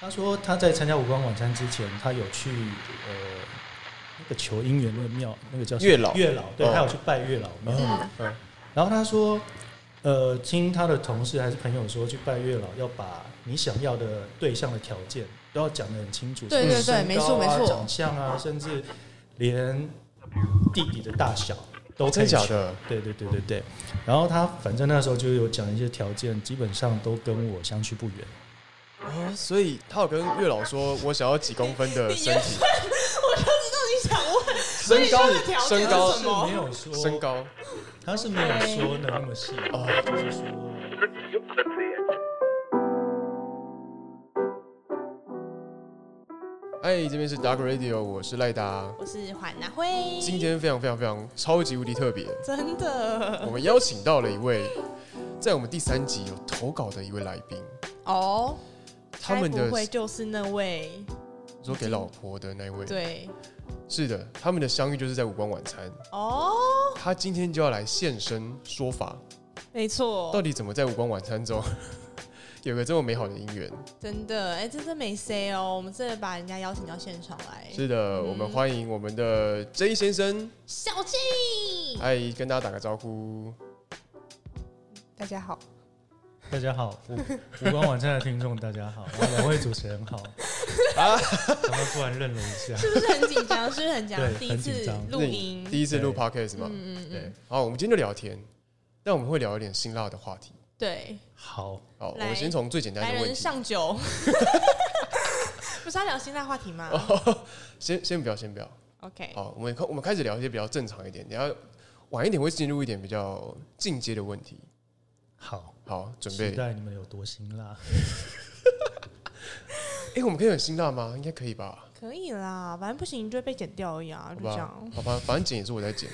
他说他在参加五光晚餐之前，他有去呃那个求姻缘那个庙，那个叫什么月老月老，对，哦他有去拜月老庙。嗯嗯然后他说，呃，听他的同事还是朋友说，去拜月老要把你想要的对象的条件都要讲得很清楚，对什么对对身没错高啊没错长相啊，甚至连弟弟的大小都可真以的假求的？对对对对对。然后他反正那时候就有讲一些条件，基本上都跟我相去不远。哦，所以他有跟月老说，我想要几公分的身体，我就知道你想问，身高所以说的条，件身是高什，么没有说身，高。他是没有说的那么细，哦就是说。哎，这边是 Dark Radio，我是赖达。我是环南辉，今天非常非常非常超级无敌特别，真我的们邀请到了一位在我们第三集有投稿的一位来宾，哦，他们该的不会就是那位说给老婆的那一位，对是的，他们的相遇就是在五光晚餐。哦，他今天就要来现身说法，没错到，底怎么在五光晚餐中 有个这么美好的姻缘？真的哎，这真没谁哦，我们真的把人家邀请到现场来，是的，我们欢迎我们的 J 先生，小静，嗯哎，跟大家打个招呼。大家好，大家好，五五光晚餐的听众大家好， 然后两位主持人好。啊啊，他们突然愣了一下，是不是很紧张？是不是很紧对张？第一很紧次张录音，第一次录对 podcast 嘛，嗯嗯对嗯，，好，我们今天就聊天，但我们会聊一点辛辣的话题。对，好，好，我来们先从最简单来的问人题，上酒， 不是要聊辛辣话 题吗哦先先不要，先不要。 ？OK，好，我们我们开始聊一些比较正常一点，等一下晚一点会进入一点比较进阶的问题。好，好，准期备。待你们有多辛辣。哎，我们可以很辛辣吗？应该可以吧？可以啦，反正不行就会被剪掉而已啊，好就这吧样，。好吧，反正剪也是我在剪。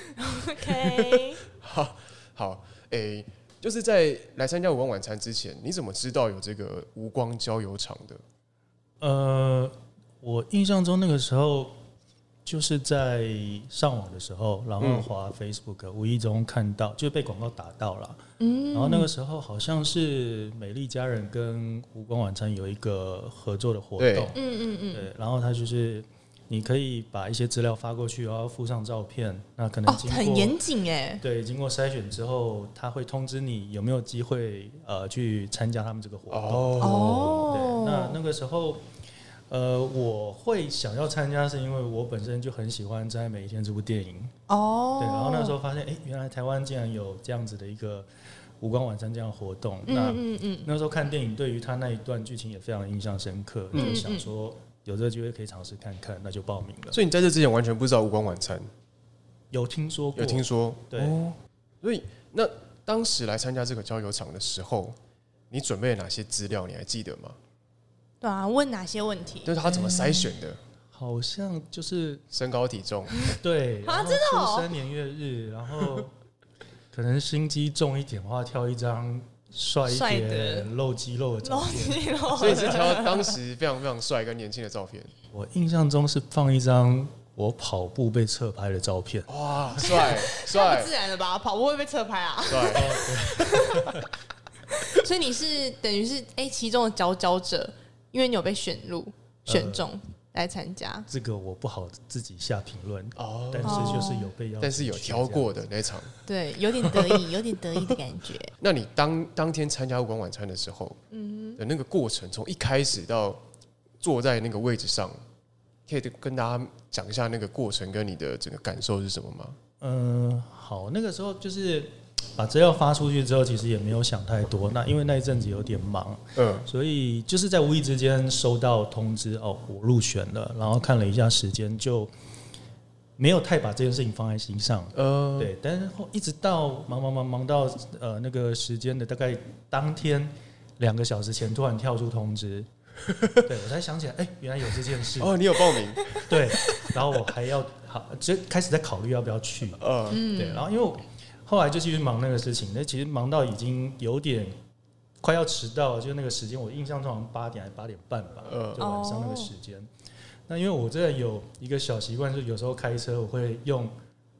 OK，好， 好，诶、就是在来参加无光晚餐之前，你怎么知道有这个无光交友场的？呃，我印象中那个时候就是在上网的时候，然后嗯滑 Facebook，、无意中看到就被广告打到了。嗯然后那个时候好像是美丽佳人跟五光晚餐有一个合作的活对动，嗯嗯嗯，对，然后他就是你可以把一些资料发过去，然后附上照片，那可哦，能经过、很严谨哎，对，经过筛选之后，他会通知你有没有机会呃去参加他们这个活动。哦哦对，那那个时候。呃，我会想要参加，是因为我本身就很喜欢《真爱每一天》这部电影。哦，对，然后那时候发现，哎、原来台湾竟然有这样子的一个无光晚餐这样的活动。那嗯嗯嗯，那时候看电影，对于他那一段剧情也非常印象深刻，就嗯想说有这个机会可以尝试看看，那就报名了。所以你在这之前完全不知道无光晚餐，有听说过？有听说？对哦所以那当时来参加这个交友场的时候，你准备了哪些资料？你还记得吗？对啊，问哪些问题？就是他怎么筛选的？好像就是身高体重，对，啊然后真的哦出生年月日，然后可能心机重一点的话，挑一张帅一帅的点、露肌肉的照片。所以你是挑当时非常非常帅跟年轻的照片。我印象中是放一张我跑步被侧拍的照片。哇，帅太 帅！不自然了吧？跑步会被侧拍啊帅！哦 所以你是等于是哎其中的佼佼者，因为你有被选入呃选中来参加。这个我不好自己下评论，哦但，是就是有被邀，但是有挑过。的那场。对，有点得 意，有点得意的感觉。那你当当天参加晚晚餐的时候，的那个过程，从一开始到坐在那个位置上，可以跟大家讲一下那个过程跟你的整个感受是什么吗？嗯，好，那个时候就是把资料发出去之后，其实也没有想太多。那因为那一阵子有点忙，嗯，所以就是在无意之间收到通知哦，我入选了，然后看了一下时间，就没有太把这件事情放在心上。呃，对，但是后一直到忙忙忙忙到呃那个时间的大概当天两个小时前，突然跳出通知，对我才想起来，哎、原来有这件事。哦，你有报名， 对，然后我还要好就开始在考虑要不要去。呃，嗯对，然后因为我后来就继续忙那个事情，那其实忙到已经有点快要迟到了，就那个时间，我印象中好像八点还八点半吧，嗯就晚上那个哦时间。那因为我这有一个小习惯，就是有时候开车我会用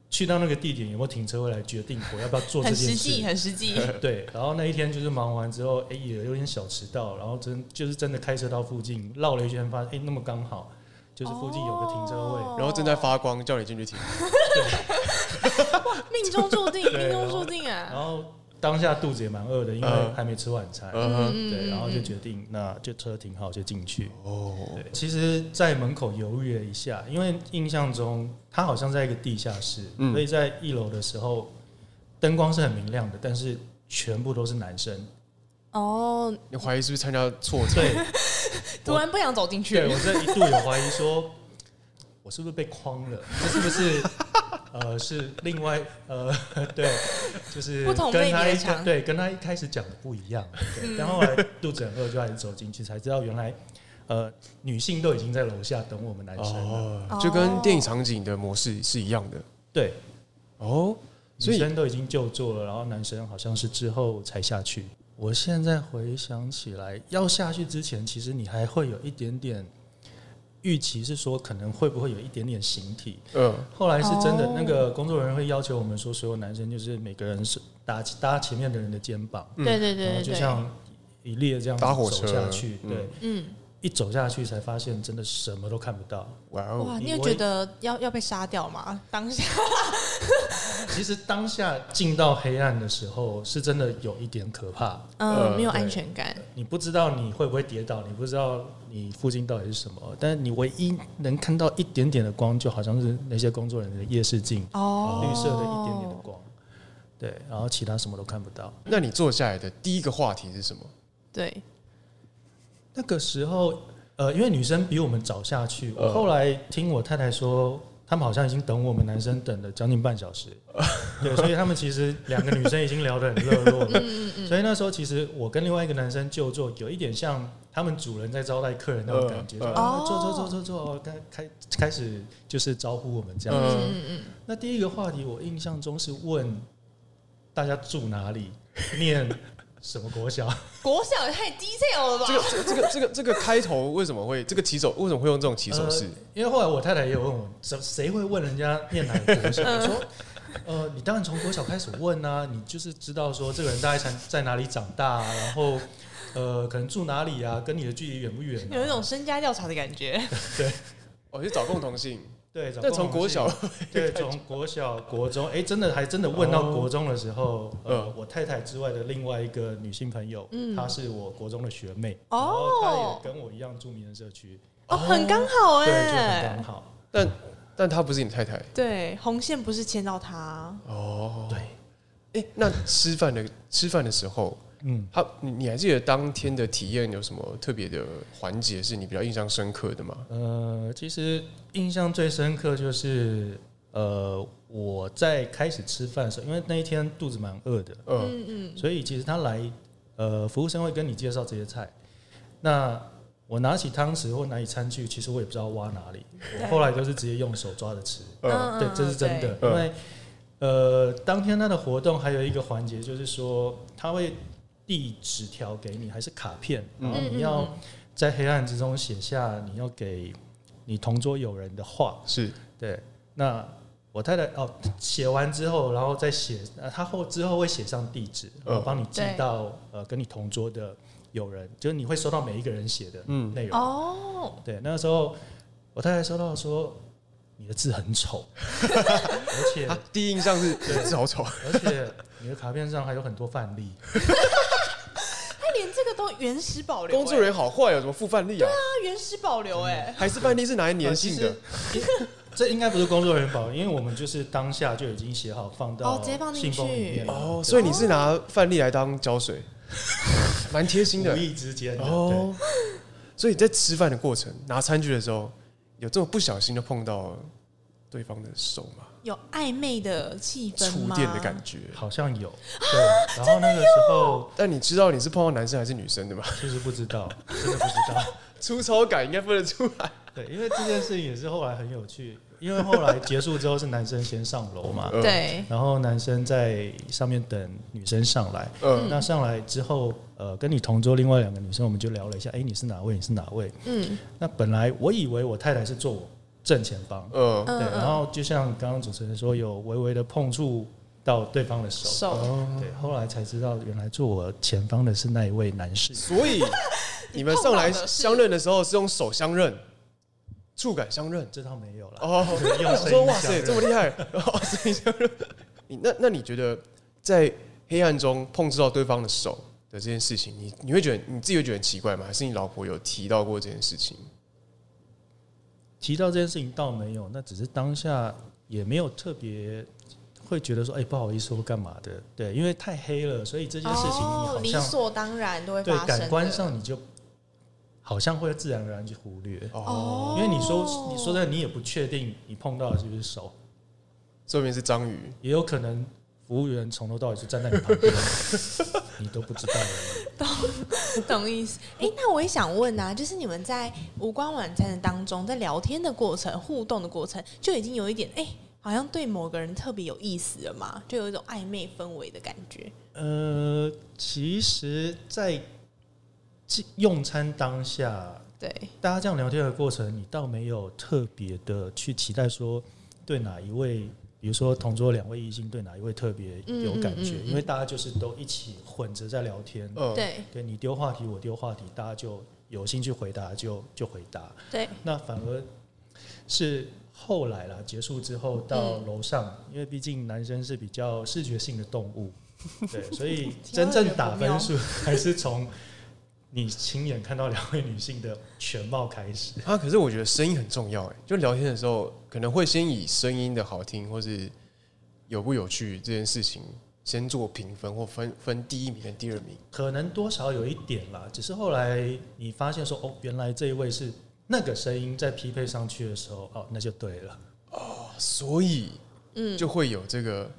去到那个地点有没有停车位来决定我要不要做这很件实事。际，哦很实际。 对，然后那一天就是忙完之后，哎、也有点小迟到，然后真就是真的开车到附近绕了一圈，发现哎、那么刚好就是附近有个停车位，哦然后正在发光，叫你进去停。哦命中注定，对命中然后注定然啊！后当下肚子也蛮饿的，因为嗯还没吃晚餐，嗯哼，嗯对，然后就嗯决定那就车停好就进去。哦，对，其实，在门口犹豫了一下，因为印象中它好像在一个地下室，嗯所以在一楼的时候灯光是很明亮的，但是全部都是男生。哦，你怀疑是不是参加错场？对，突然不想走进去对，我这一度有怀疑说，我是不是被框了？这是不是呃是另外呃对，就是不同跟类别他的一墙嗯对跟他一开始讲的不一样。对，但后来肚子很饿，就还是走进去，才知道原来呃女性都已经在楼下等我们男生了。哦，就跟电影场景的模式是一样的对，哦。所女以生都已经就座了，然后男生好像是之后才下去。我现在回想起来，要下去之前，其实你还会有一点点预期，是说可能会不会有一点点形体。嗯，后来是真的哦，那个工作人员会要求我们说，所有男生就是每个人是搭搭前面的人的肩膀，对对嗯然后对就对对，像一列这样子搭火走车下去，嗯对，嗯，一走下去才发现真的什么都看不到。哇哦，哇，你你有我觉得要要被杀掉吗？当 下其实当下进到黑暗的时候，是真的有一点可怕。嗯呃没有对安全感，你不知道你会不会跌倒，你不知道你附近到底是什么，但你唯一能看到一点点的光，就好像是那些工作人员的夜视镜，哦，绿色的一点点的光，对，然后其他什么都看不到。那你坐下来的第一个话题是什么？对，那个时候，呃，因为女生比我们早下去，我呃后来听我太太说，他们好像已经等我们男生等了将近半小 时，对，所以他们其实两个女生已经聊得很热络了。嗯嗯所以那时候其实我跟另外一个男生就坐，有一点像他们主人在招待客人那种感觉，嗯就嗯啊哦坐坐坐坐坐，哦开开开始就是招呼我们这样。嗯嗯嗯嗯，那第一个话题我印象中是问大家住哪里，念什么国小，国小也太 detail 了吧这？个这个这个这个这个开头为什么会这个起手为什么会用这种起手式呃？因为后来我太太也有问我，谁谁会问人家念哪个国小？我嗯说。 呃，你当然从国小开始问啊，你就是知道说这个人大概在在哪里长大、啊，然后呃，可能住哪里啊，跟你的距离远不远、啊？有一种身家调查的感觉，哦，去找共同性，对，找但共从同国性小对，从国小、国中，哎、真的还真的问到哦国中的时候，呃嗯，我太太之外的另外一个女性朋友，嗯她是我国中的学妹，哦然后她也跟我一样住民生社区，哦，很刚好对，就很刚哎，好， 但但她不是你太太对，红线不是牵到他，哦。对，哎、那吃饭的吃饭的时候，嗯，他你你还记得当天的体验有什么特别的环节是你比较印象深刻的吗？呃，其实印象最深刻就是，呃，我在开始吃饭的时候，因为那一天肚子蛮饿的，嗯，嗯嗯，所以其实他来，呃，服务生会跟你介绍这些菜。那我拿起汤匙或拿起餐具，其实我也不知道挖哪里，我对后来都是直接用手抓着吃。呃，嗯对，这是真的，，对因为呃，当天他的活动还有一个环节就是说，他会递纸条给你，还是卡片，然嗯后你要在黑暗之中写下你要给你同桌友人的话。是对，那我太太哦，写完之后，然后再写，呃，他后之后会写上地址，嗯然后帮你寄对到呃跟你同桌的友人，就是你会收到每一个人写的嗯内容。哦，对，那个时候我太太收到说你的字很 丑，而且他啊第一印象是 字好丑，而且你的卡片上还有很多范例，他连这个都原始保留，工作人员好坏有什么负范例啊？他原始保留哎，还是范例是拿来粘性的？其实。 这应该不是工作人员保留，因为我们就是当下就已经写好放哦到直接放进信封里去面了哦，对所以你是拿范例来当胶水，蛮贴心的 无意之间的对哦。所以你在吃饭的过程拿餐具的时候，有这么不小心就碰到对方的手吗？有暧昧的气氛触吗？电的感觉。好像有，啊对。然后那个时候但你知道你是碰到男生还是女生的吗？ 其实不知道，真的不知道。粗糙感应该分得出来。对，因为这件事情也是后来很有趣，因为后来结束之后是男生先上楼嘛，呃，对，然后男生在上面等女生上来。嗯，那上来之后，呃，跟你同桌另外两个女生，我们就聊了一下，哎、你是哪位？你是哪位？嗯，那本来我以为我太太是坐我正前方， 嗯，对，然后就像刚刚主持人说，有微微的碰触到对方的手，手嗯对，后来才知道原来坐我前方的是那一位男士，所以你们上来相认的时候是用手相认，触感相认。这套没有了。 哦，用我声音说哇相塞，认这么厉害！ 哦哇声音相认你那那你觉得在黑暗中碰触到对方的手的这件事情，你你会觉得你自己会觉得很奇怪吗？还是你老婆有提到过这件事情？提到这件事情倒没有，那只是当下也没有特别会觉得说，哎、不好意思或干嘛的，对，因为太黑了，所以这件事情你哦好，理像、所当然都会对发生的。感官上你就好像会自然而然去忽略，哦，因为你说你说的你也不确定你碰到的是不是手，这边是章鱼，也有可能服务员从头到尾就站在你旁 边，你都不知道而已懂意思。哎、那我也想问啊，就是你们在无关晚餐的当中，在聊天的过程、互动的过程，就已经有一点哎、诶好像对某个人特别有意思了嘛，就有一种暧昧氛围的感觉。呃，其实，在用餐当下，对，大家这样聊天的过程，你倒没有特别的去期待说对哪一位，比如说同桌两位异性对哪一位特别有感觉，嗯嗯嗯嗯因为大家就是都一起混着在聊天，嗯，对，对你丢话题我丢话题，大家就有兴趣回答就就回答，对，那反而是后来啦，结束之后到楼上，因为毕竟男生是比较视觉性的动物，对，所以真正打分数还是从你亲眼看到两位女性的全貌开始。啊，可是我觉得声音很重要哎，就聊天的时候可能会先以声音的好听或是有不有趣这件事情先做评分或分分第一名跟第二名。可能多少有一点啦，只是后来你发现说，哦，原来这一位是那个声音在匹配上去的时候，哦，那就对了。所以嗯，就会有这个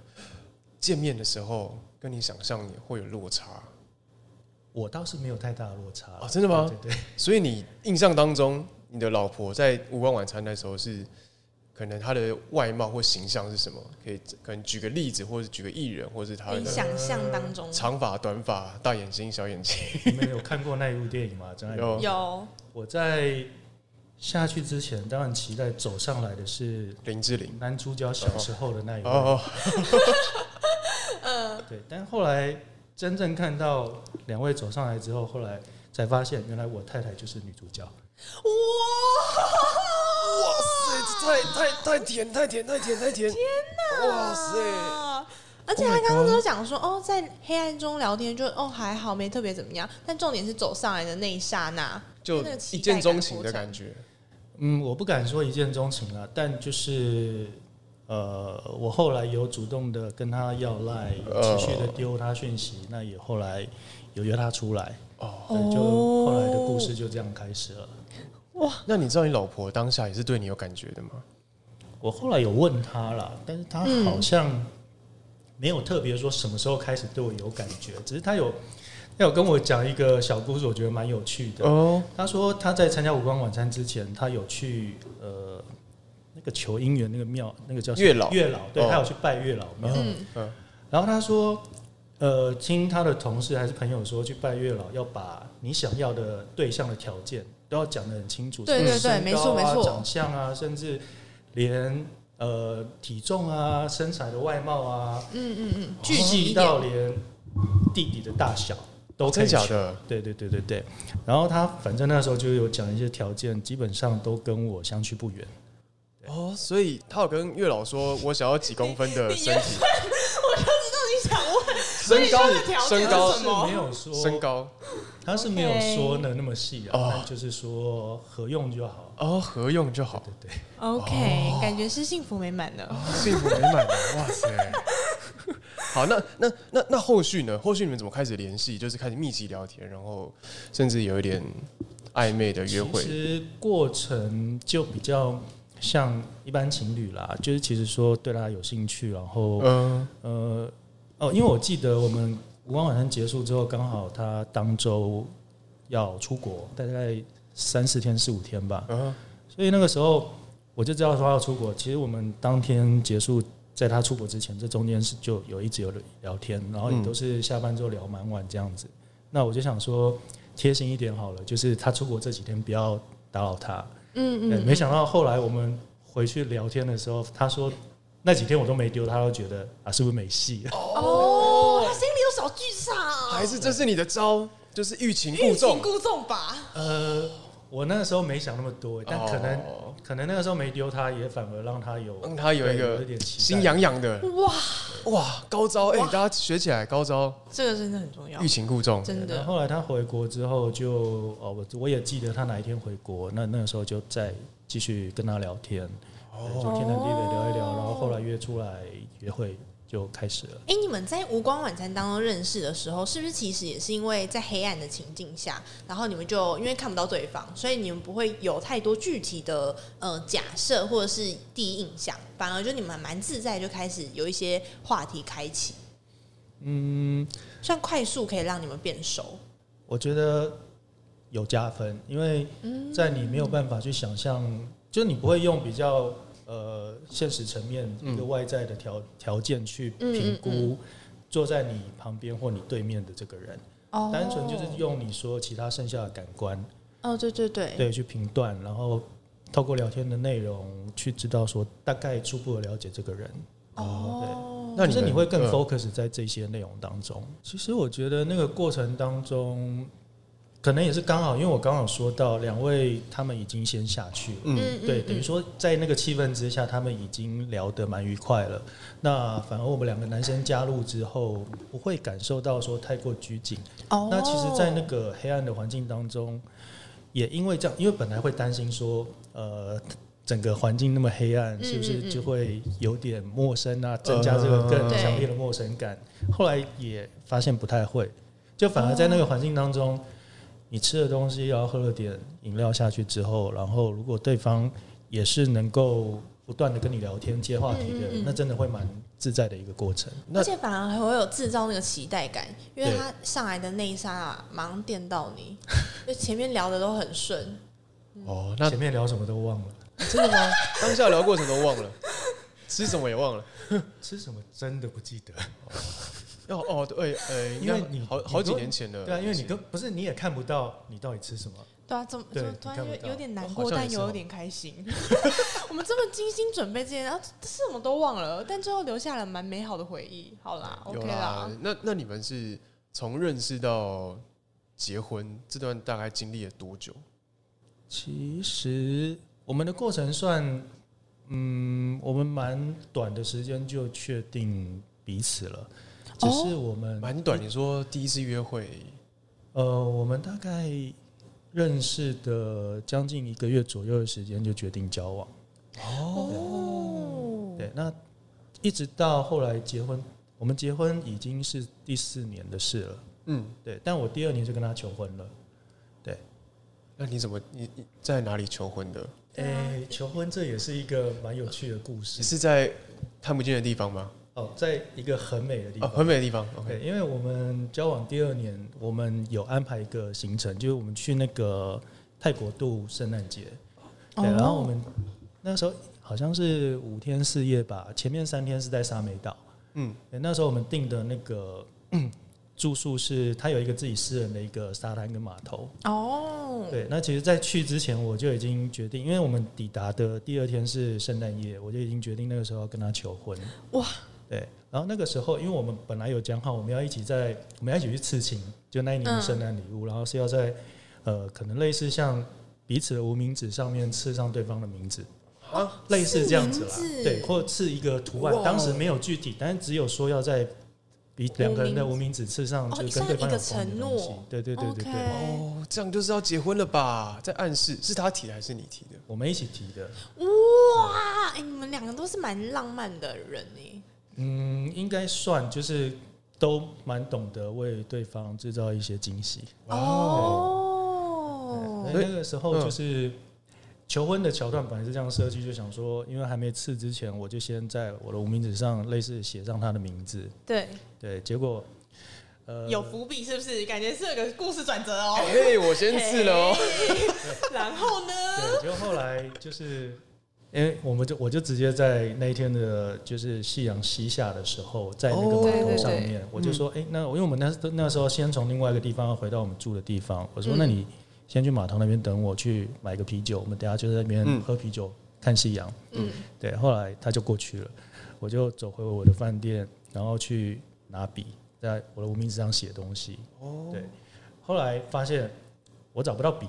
见面的时候跟你想象也会有落差。我倒是没有太大的落差啦哦真的吗啊对对对，所以你印象当中，你的老婆在无关晚餐的时候是可能她的外貌或形象是什么？可以可能举个例子，或者举个艺人，或者是她你的想象当中长发、短发、大眼睛、小眼睛。你们有看过那一部电影吗？真爱有有我在下去之前，当然期待走上来的是林志玲男主角小时候的那一位，哦，对。但后来真正看到两位走上来之后，后来才发现，原来我太太就是女主角。哇哇，塞，这太太太甜，太甜，太甜，太甜！天哪！哇塞，啊！而 Oh 且他刚刚都讲说，哦，在黑暗中聊天就哦还好，没特别怎么样。但重点是走上来的那一刹那，就那个期一待见感钟情扩的展感觉。嗯，我不敢说一见钟情啦，但就是呃，我后来有主动的跟她要赖，哦有持续的丢她讯息，那也后来有约她出来，哦，对，就后来的故事就这样开始了。那你知道你老婆当下也是对你有感觉的吗？我后来有问他啦，但是他好像没有特别说什么时候开始对我有感觉，只是他有他有跟我讲一个小故事，我觉得蛮有趣的。哦，他说他在参加五光晚餐之前，他有去呃那个求姻缘那个庙，那个叫什么月老月老，对哦他有去拜月老庙。嗯，嗯，然后他说，呃，听他的同事还是朋友说，去拜月老要把你想要的对象的条件都要讲得很清楚，对什么对对身没高啊错没错长相啊，甚至连呃体重啊、身材的外貌啊，哦具体细嗯一到点，连弟弟的大小都可真以的假去的？对对对对对，然后他反正那时候就有讲一些条件，基本上都跟我相去不远。哦，所以他有跟月老说，我想要几公分的身体，我就知道你想问。身高所以说的条，件身他高是是什，么没有说身，高，他是没有说的那么细哦啊，但就是说合用就好。哦，合用就好，对对， OK，、感哦觉是幸福美满的。 幸福美满的，哇塞！ 好，那那那那后续呢？后续你们怎么开始联系？就是开始密集聊天，然后甚至有一点暧昧的约其会。实过程就比较像一般情侣啦，就是其实说对他有兴趣，然后嗯，呃哦，因为我记得我们五光晚餐结束之后，刚好他当周要出国，大概三四天四五天吧，嗯所以那个时候我就知道说他要出国。其实我们当天结束，在他出国之前，这中间是就有一直有聊天，然后也都是下班之后聊蛮晚这样子。那我就想说贴心一点好了，就是他出国这几天不要打扰他。嗯对，没想到后来我们回去聊天的时候，他说那几天我都没丢，他都觉得啊是不是没戏哦了？哦，他心里有小剧场，还是这是你的招，就是欲擒欲故擒纵。故纵吧？ 呃，我那个时候没想那么多，但可能、哦可能那个时候没丢他，也反而让他有让他有对一有个一点期待心痒痒的，哇，哇，高招！哎、大家学起来，高招，这个真的很重要欲，擒故纵。真对然的后后来他回国之后就，哦，我我也记得他哪一天回国，那那个时候就再继续跟他聊天，对就天南地北聊一哦聊，然后后来约出来约会就开始了。哎、你们在无光晚餐当中认识的时候，是不是其实也是因为在黑暗的情境下，然后你们就因为看不到对方，所以你们不会有太多具体的呃假设或者是第一印象，反而就你们蛮自在，就开始有一些话题开启，哦嗯，算快速可以让你们变熟。我觉得有加分，因为在你没有办法去想象，就你不会用比较呃现实层面一个外在的条条件去评嗯估坐在你旁边或你对面的这个人，哦单纯就是用你说其他剩下的感官。哦，对对对，对，去评断，然后透过聊天的内容去知道说大概初步的了解这个人。哦，那可你是们你会更嗯 focus 在这些内容当中。其实我觉得那个过程当中，可能也是刚好，因为我刚好说到两位他们已经先下去了。嗯，对，等于说在那个气氛之下，他们已经聊得蛮愉快了。那反而我们两个男生加入之后，不会感受到说太过拘谨，哦那其实，在那个黑暗的环境当中，也因为这样，因为本来会担心说，呃，整个环境那么黑暗，嗯是不嗯是嗯就会有点陌生啊？增加这个更对强烈的陌生感。后来也发现不太会，就反而在那哦个环境当中，你吃的东西，然后喝了点饮料下去之后，然后如果对方也是能够不断的跟你聊天、接话题的，嗯嗯嗯那真的会蛮自在的一个过程。那而且反而还会有制造那个期待感，因为对他上来的那一刹那马上电到你， 就前面聊的都很顺，哦，那前面聊什么都忘了，真的吗？当下聊过程都忘了，吃什么也忘了。吃什么真的不记得。哦哦，对，呃，因应为该你好你好几都年前了。对啊，因为你跟不是你也看不到你到底吃什么，对啊，怎么就对突然你看不就到有点难好过，像也但是又哦有点 开心。我们这么精心准备这些，然后这什么都忘了，但最后留下了蛮美好的回忆。好啦有，OK 啦啦，。那那你们是从认识到结婚这段大概经历了多久？其实我们的过程算，嗯，我们蛮短的时间就确定彼此了，只是我们、哦蛮短，你说第一次约会，呃，我们大概认识的将近一个月左右的时间就决定交往。哦，对，那一直到后来结婚，我们结婚已经是第四年的事了。嗯，对，但我第二年就跟他求婚了。那你怎么你你在哪里求婚的？哎、求婚这也是一个蛮有趣的故事你。是在看不见的地方吗？哦，在一个很美的地啊，方。很美的地方。OK，对，因为我们交往第二年，我们有安排一个行程，就是我们去那个泰国度圣诞节。哦对，然后我们那时候好像是五天四夜吧，前面三天是在沙美岛。嗯，对，那时候我们订的那个、 嗯住宿是，它有一个自己私人的一个沙滩跟码头。哦，对，那其实，在去之前我就已经决定，因为我们抵达的第二天是圣诞夜，我就已经决定那个时候要跟他求婚。哇！对，然后那个时候，因为我们本来有讲好，我们要一起在，我们要一起去刺青，就那一年的圣诞礼物，然后是要在呃，可能类似像彼此的无名指上面刺上对方的名字。啊，类似这样子啦刺名字，对，或刺一个图哇案，当时没有具体，但是只有说要在比两个人的无名指刺上，哦就像跟对方一个有关承的东西诺。对对对对对， OK 哦，这样就是要结婚了吧？在暗示是他提的还是你提的？我们一起提的。哇，哎，你们两个都是蛮浪漫的人呢。嗯，应该算，就是都蛮懂得为对方制造一些惊喜。哦，所以那个时候嗯就是求婚的桥段本来是这样设计，就想说，因为还没刺之前，我就先在我的无名指上类似写上他的名字。对，对，结果呃，有伏笔是不是？感觉是有个故事转折哦。嘿，我先试了哦。 然后呢？对， 结果后来就是。因为哎我们就我就直接在那一天的，就是夕阳西下的时候，在那哦个码头上对嗯面，我就说，哎、那我因为我们那时候那时候先从另外一个地方回到我们住的地嗯方，我说，那你先去码头那边等我，去买个啤酒，我们等一下就在那边嗯喝啤酒看夕阳。嗯，对，后来他就过去了，我就走回我的饭店，然后去拿笔，在我的无名指上写东西。哦对后来发现我找不到笔，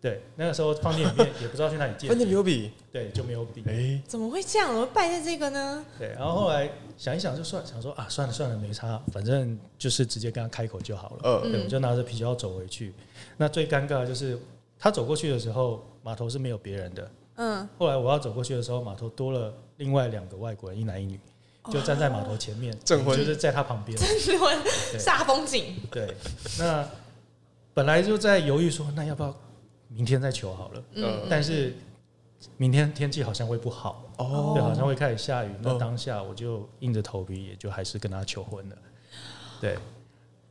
对，那个时候放店里面也不知道去哪里借饭店笔，没有笔，对，就没有笔。哎，怎么会这样？怎么败在这个呢？对，然后后来想一想，就算想说啊，算了算了，没差，反正就是直接跟他开口就好了。呃，对，我就拿着皮包走回去。那最尴尬的就是他走过去的时候，码头是没有别人的。嗯，后来我要走过去的时候，码头多了另外两个外国人，一男一女，就站在码头前面， 证婚就是在他旁边。真的煞风景。对，那本来就在犹豫说，那要不要明天再求好了？嗯但是明天天气好像会不好，哦对，好像会开始下雨。那哦当下我就硬着头皮，也就还是跟他求婚了。对，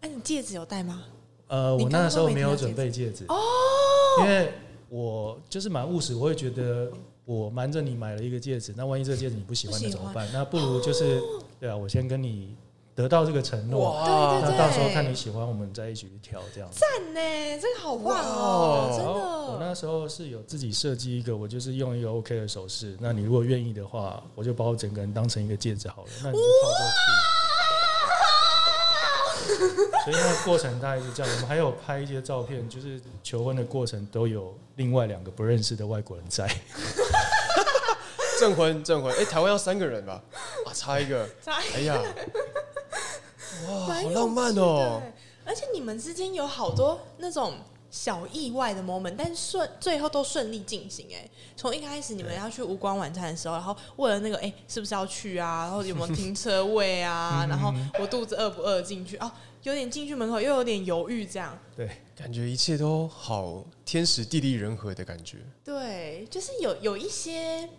哎、你戒指有戴吗？呃，你我刚那刚时候没没提有到戒准指备戒指哦，因为我就是蛮务实，我会觉得我瞒着你买了一个戒指，那万一这个戒指你不喜欢，不那喜怎么欢办？那不如就是对啊，我先跟你得到这个承诺，对对那对，到时候看你喜欢，我们再一起去挑这样子。赞呢，这个好棒哦，哇然真后的。我那时候是有自己设计一个，我就是用一个 OK 的手势。那你如果愿意的话，我就把我整个人当成一个戒指好了。那你就套过去。所以那个过程大概是这样。我们还有拍一些照片，就是求婚的过程都有另外两个不认识的外国人在。 证婚证婚，哎，台湾要三个人吧？啊，差一个，差哎呀，哇，蛮好有浪漫趣的哦！欸！而且你们之间有好多那种小意外的 moment，但是顺最后都顺利进行。哎，从一开始你们要去无光晚餐的时候，然后为了那个哎、是不是要去啊，然后有没有停车 位啊，然后嗯我肚子饿不饿进去哦，有点进去门口又有点犹豫这样。对，感觉一切都好天时地利人和的感觉，对，就是有有一些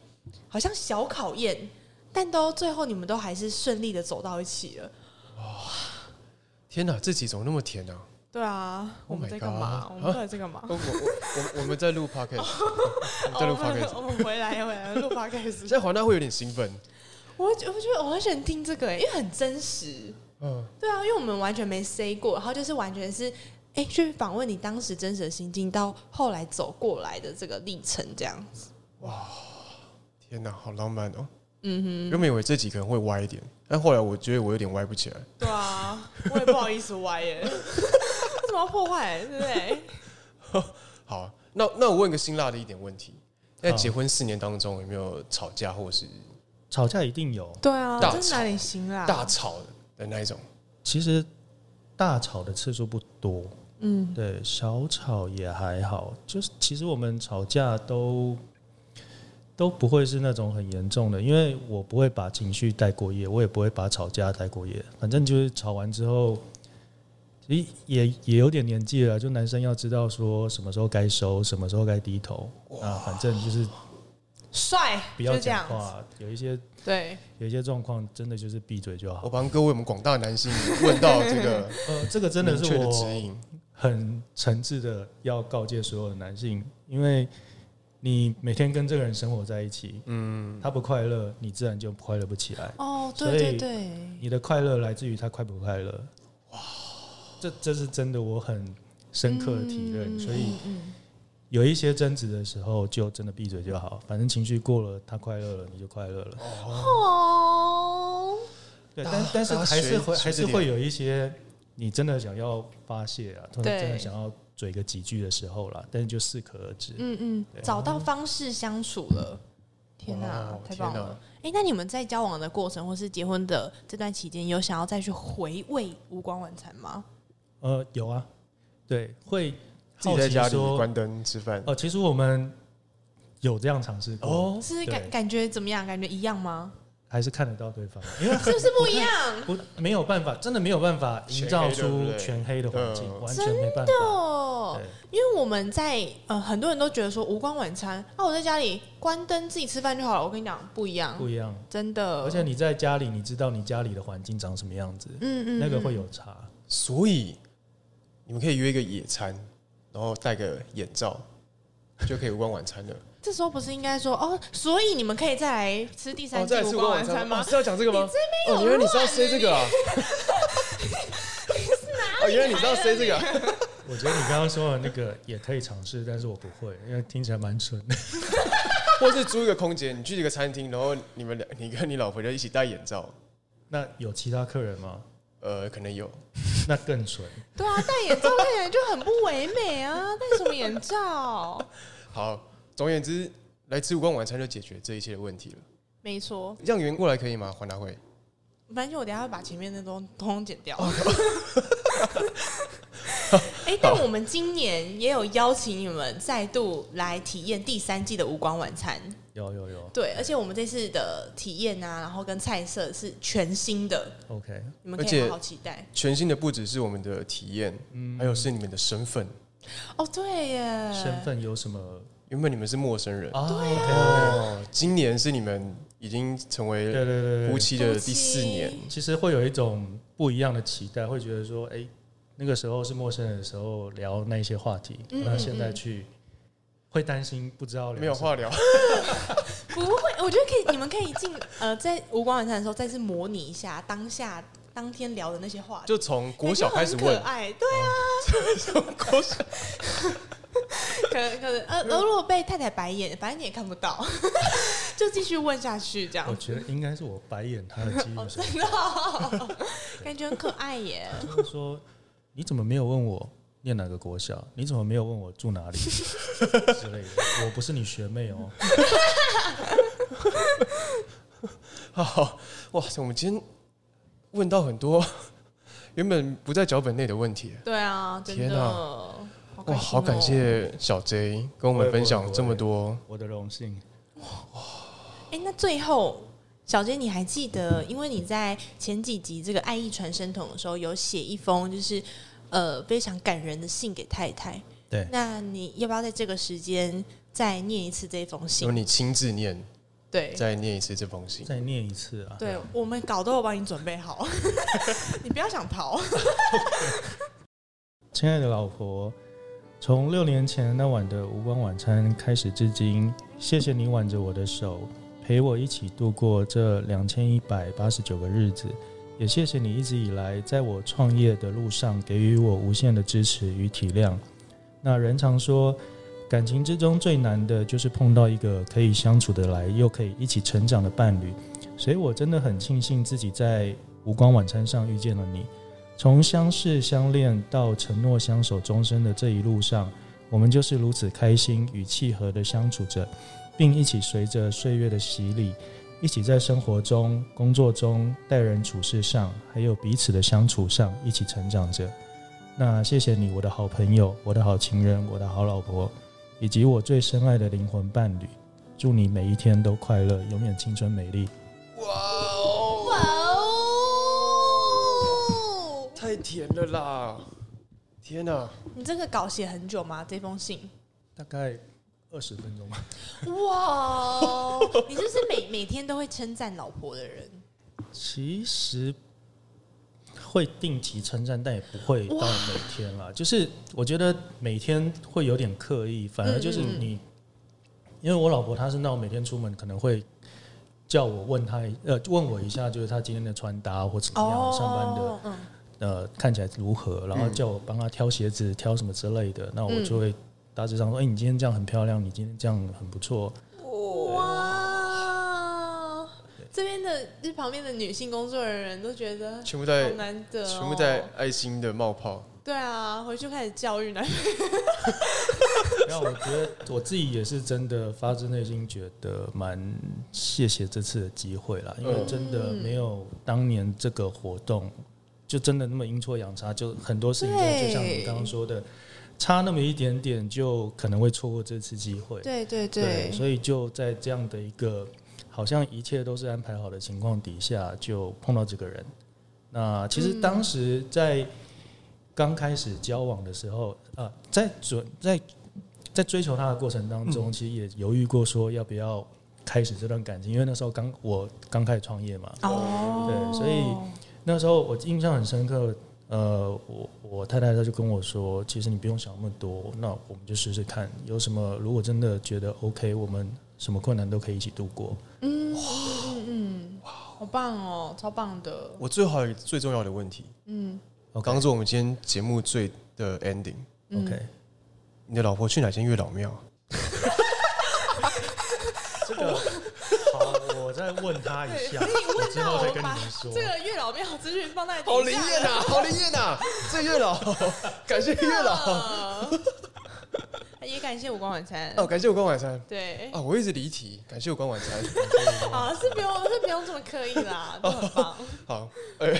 好像小考验，但都最后你们都还是顺利的走到一起了。天哪，这集怎么那么甜呢、对啊，我 Oh 们 my 在干嘛 God 我们到底在干嘛？我我我我我们在录 podcast，我们在录哦哦我们 podcast。我们回来回来录 podcast 现。在华纳会有点兴奋， 我觉我觉得我很喜欢听这个、因为很真实。嗯，对啊，因为我们完全没 say 过，然后就是完全是哎、去访问你当时真实的心境，到后来走过来的这个历程，这样子。天哪，好浪漫哦！嗯原本以为这集可能会歪一点，但后来我觉得我有点歪不起来。哼，对啊，我也不好意思歪 耶，为什么要破坏？对不对？好，啊那那我问个辛辣的一点问题，在好结婚四年当中有没有吵架或是吵架一定有。对啊，大这哪里行啦？大吵的那一种？其实大吵的次数不多，嗯，对，小吵也还好，就是其实我们吵架都都不会是那种很严重的，因为我不会把情绪带过夜，我也不会把吵架带过夜，反正就是吵完之后，其实也也有点年纪了，就男生要知道说什么时候该收，什么时候该低头啊，反正就是帅，不就要是这讲样子。话，有一些对，有一些状况真的就是闭嘴就我好。帮各位我们广大男性 问到这 个呃，这个真的哦明是确的我指引，很诚挚的要告诫所有的男性，因为你每天跟这个人生活在一起，嗯，他不快乐，你自然就快乐不起来。哦，所对以对对。你的快乐来自于他快不快乐。哇，这这是真的，我很深刻的体认。嗯所以嗯嗯有一些争执的时候，就真的闭嘴就好，反正情绪过了，他快乐了，你就快乐了。嗯哦，对，大但家但是大家还是啊学会学还是着点会有一些你真的想要发泄啊，或者对真的想要嘴个几句的时候啦，但是就适可而止。嗯嗯，找到方式相处了。天哪、哇太棒天了哪！哎、那你们在交往的过程，或是结婚的这段期间，有想要再去回味无光晚餐吗？呃，有啊，对，会自己在家好奇里说，关灯吃饭。呃，其实我们有这样尝试过，哦，是对感感觉怎么样？感觉一样吗？还是看得到对方， 因为是不是不一样？不没有办法，真的没有办法营造全黑对出不对全黑的环境，嗯完全没办法。哦，对，因为我们在呃，很多人都觉得说无光晚餐啊，我在家里关灯自己吃饭就好了。我跟你讲，不一样，不一样。真的。而且你在家里，你知道你家里的环境长什么样子，嗯，嗯嗯，那个会有差。所以你们可以约一个野餐，然后戴个眼罩，就可以无关晚餐 了。这时候不是应该说哦，所以你们可以再来吃第三季再来无吃光晚晚餐吗哦？是要讲这个吗？哦，原来你是要塞这个啊！ 哦，原来你是要塞这个啊！我觉得你刚刚说的那个也可以尝试，但是我不会，因为听起来蛮蠢的。或是租一个空间，你去一个餐厅，然后你们两，你跟你老婆就一起戴眼罩， 那有其他客人吗？呃，可能有，那更蠢。对啊，戴眼罩看起来就很不唯美啊！戴什么眼罩？好，总而言之，来吃无光晚餐就解决这一切的问题了。没错，让员过来可以吗？黄大会，反正我等一下会把前面那东通通剪哦掉。 哎、但我们今年也有邀请你们再度来体验第三季的无光晚餐。有有有对，而且我们这次的体验啊，然后跟菜色是全新的， ，OK，你们可而以且好好期待全新的不只是我们的体验，嗯还有是你们的身份。哦。对耶，身份有什么？原本你们是陌生人，啊，对哦，今年是你们已经成对为对对夫对，妻的第四年，其实会有一种不一样的期待，会觉得说，哎、那个时候是陌生人的时候聊那些话题，嗯那嗯现在嗯去会担心不知道聊没有什么话聊。不会，我觉得可以，你们可以进呃，在无光晚餐的时候再次模拟一下当下当天聊的那些话题。就从国小开始感觉问很可，爱，对啊， 国小可能可能呃，呃如果被太太白眼，反正你也看不到， 就继续问下去这样我。哦觉得应该是我白眼他的机 遇所以真的哦、 感觉很可爱耶！他说：“你怎么没有问我念哪个国小？你怎么没有问我住哪里之类的？我不是你学妹哦。 好，哇塞，我们今天问到很多 原本不在脚本内的问题。对啊，真天的，啊好哇，开心哦好感！谢小 J 跟我们分享这么多。”我的荣幸。哎、那最后。小杰，你还记得，因为你在前几集这个爱意传声筒的时候，有写一封就是呃非常感人的信给太太。对那你要不要在这个时间再念一次这封由信？你亲自念，对，再念一次这封信。再念一次啊！对我们稿都有帮你准备好， 你不要想逃。亲爱的老婆，从六年前那晚的无光晚餐开始至今，谢谢你挽着我的手，陪我一起度过这两千一百八十九个日子，也谢谢你一直以来在我创业的路上给予我无限的支持与体谅。那人常说，感情之中最难的就是碰到一个可以相处得来又可以一起成长的伴侣，所以我真的很庆幸自己在无光晚餐上遇见了你。从相识、相恋到承诺相守终身的这一路上，我们就是如此开心与契合的相处着，并一起随着岁月的洗礼，一起在生活中、工作中、待人处事上，还有彼此的相处上，一起成长着。那谢谢你，我的好朋友，我的好情人，我的好老婆，以及我最深爱的灵魂伴侣。祝你每一天都快乐，永远青春美丽。哇哦， 哇哦！太甜了啦！天哪、你这个稿写很久吗？这封信？大概二十分钟吧。哇，哦你就是每每天都会称赞老婆的人。其实会定期称赞，但也不会到每天啦。就是我觉得每天会有点刻意，反而就是你，因为我老婆她是那种每天出门可能会叫我问她一呃问我一下，就是她今天的穿搭或怎么样，上班的的，嗯，呃看起来如何，然后嗯叫我帮她挑鞋子、挑什么之类的，那我就会大致上说，哎、你今天这样很漂亮，你今天这样很不错，哇！这边的就是旁边的女性工作人员都觉得全部好在难得、哦，全部在爱心的冒泡。对啊，回去开始教育男人。 然后我觉得我自己也是真的发自内心觉得蛮谢谢这次的机会啦，因为真的没有当年这个活动，就真的那么阴错阳差，就很多事情真的对就像你刚刚说的，差那么一点点就可能会错过这次机会。对对所以就在这样的一个好像一切都是安排好的情况底下，就碰到这个人。那其实当时在刚开始交往的时候，啊，在准在在追求他的过程当嗯中，其实也犹豫过说要不要开始这段感情，因为那时候刚我刚开始创业嘛，哦，对所以那时候我印象很深刻，呃，我我太太她就跟我说，其实你不用想那么多，那我们就试试看，有什么如果真的觉得 OK，我们什么困难都可以一起度过。嗯嗯嗯，好棒哦，超棒的，我最好有一个最重要的问题，嗯 OK 刚刚做我们今天节目最的 ending，嗯 OK，啊你的老婆去哪间月老庙？这个好，我再问他一对，下，所以你问之后再到哎我跟你把们说这。个月老庙资讯放在 底好灵下验啊呐， 好灵验呐！这月 老，感谢月老呃也感谢五光晚餐。哦，感谢我光晚餐对，哦啊！我一直离题，感谢我光晚 餐。啊，是不用是不用这么刻意啦，都很 棒。好，呃，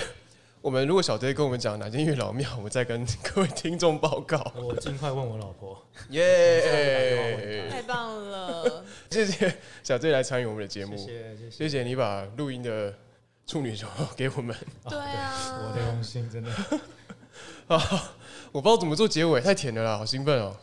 我们如果小 J 跟我们讲哪间月老庙，我们再跟 各位听众报告。我尽快问我老婆。耶！太棒了！谢谢小 J 来参与我们的节目谢，谢谢谢，谢谢你把录音的处女座 给我们。对啊哦我的荣幸，真的。啊，我不知道怎么做结尾，太甜了啦，好兴奋哦！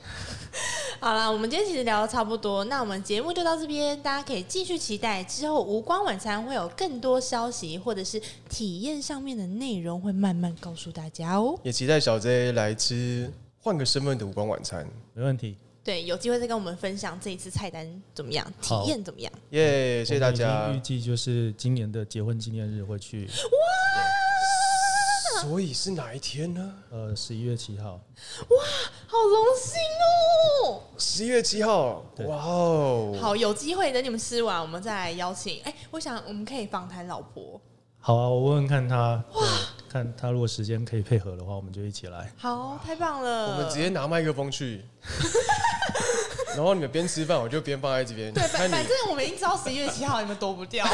好啦，我们今天其实聊的差不多，那我们节目就到这边，大家可以继续期待之后无光晚餐会有更多消息或者是体验上面的内容会慢慢告诉大家哦。也期待小 J 来吃换个身份的五光晚餐，没问题，对，有机会再跟我们分享这一次菜单怎么样，体好验怎么样。耶、谢谢大嗯我们已经预家。计就是今年的结婚纪念日会去，所以是哪一天呢？呃，十一月七号。好荣幸哦！十一月七号，对哇哦！好，有机会等你们吃完，我们再来邀请。哎、我想我们可以访谈老婆。好啊，我问问看他，对看他如果时间可以配合的话，我们就一起来。好，太棒了！我们直接拿麦克风 去，然后你们边吃饭，我就边放在这边。对，看反你反，正我们已经知道十一月七号，你们躲不掉。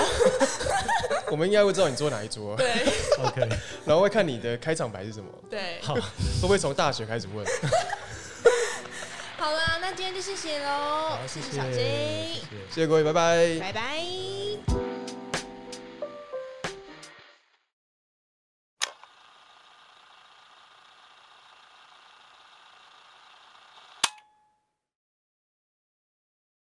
我们应该会知道你坐哪一桌，对 OK，然后会看你的开场白是什么，对，好，会不会从大学开始问？好啦，那今天就谢谢喽，好，谢谢，小 J，谢谢谢谢各位，拜拜拜拜。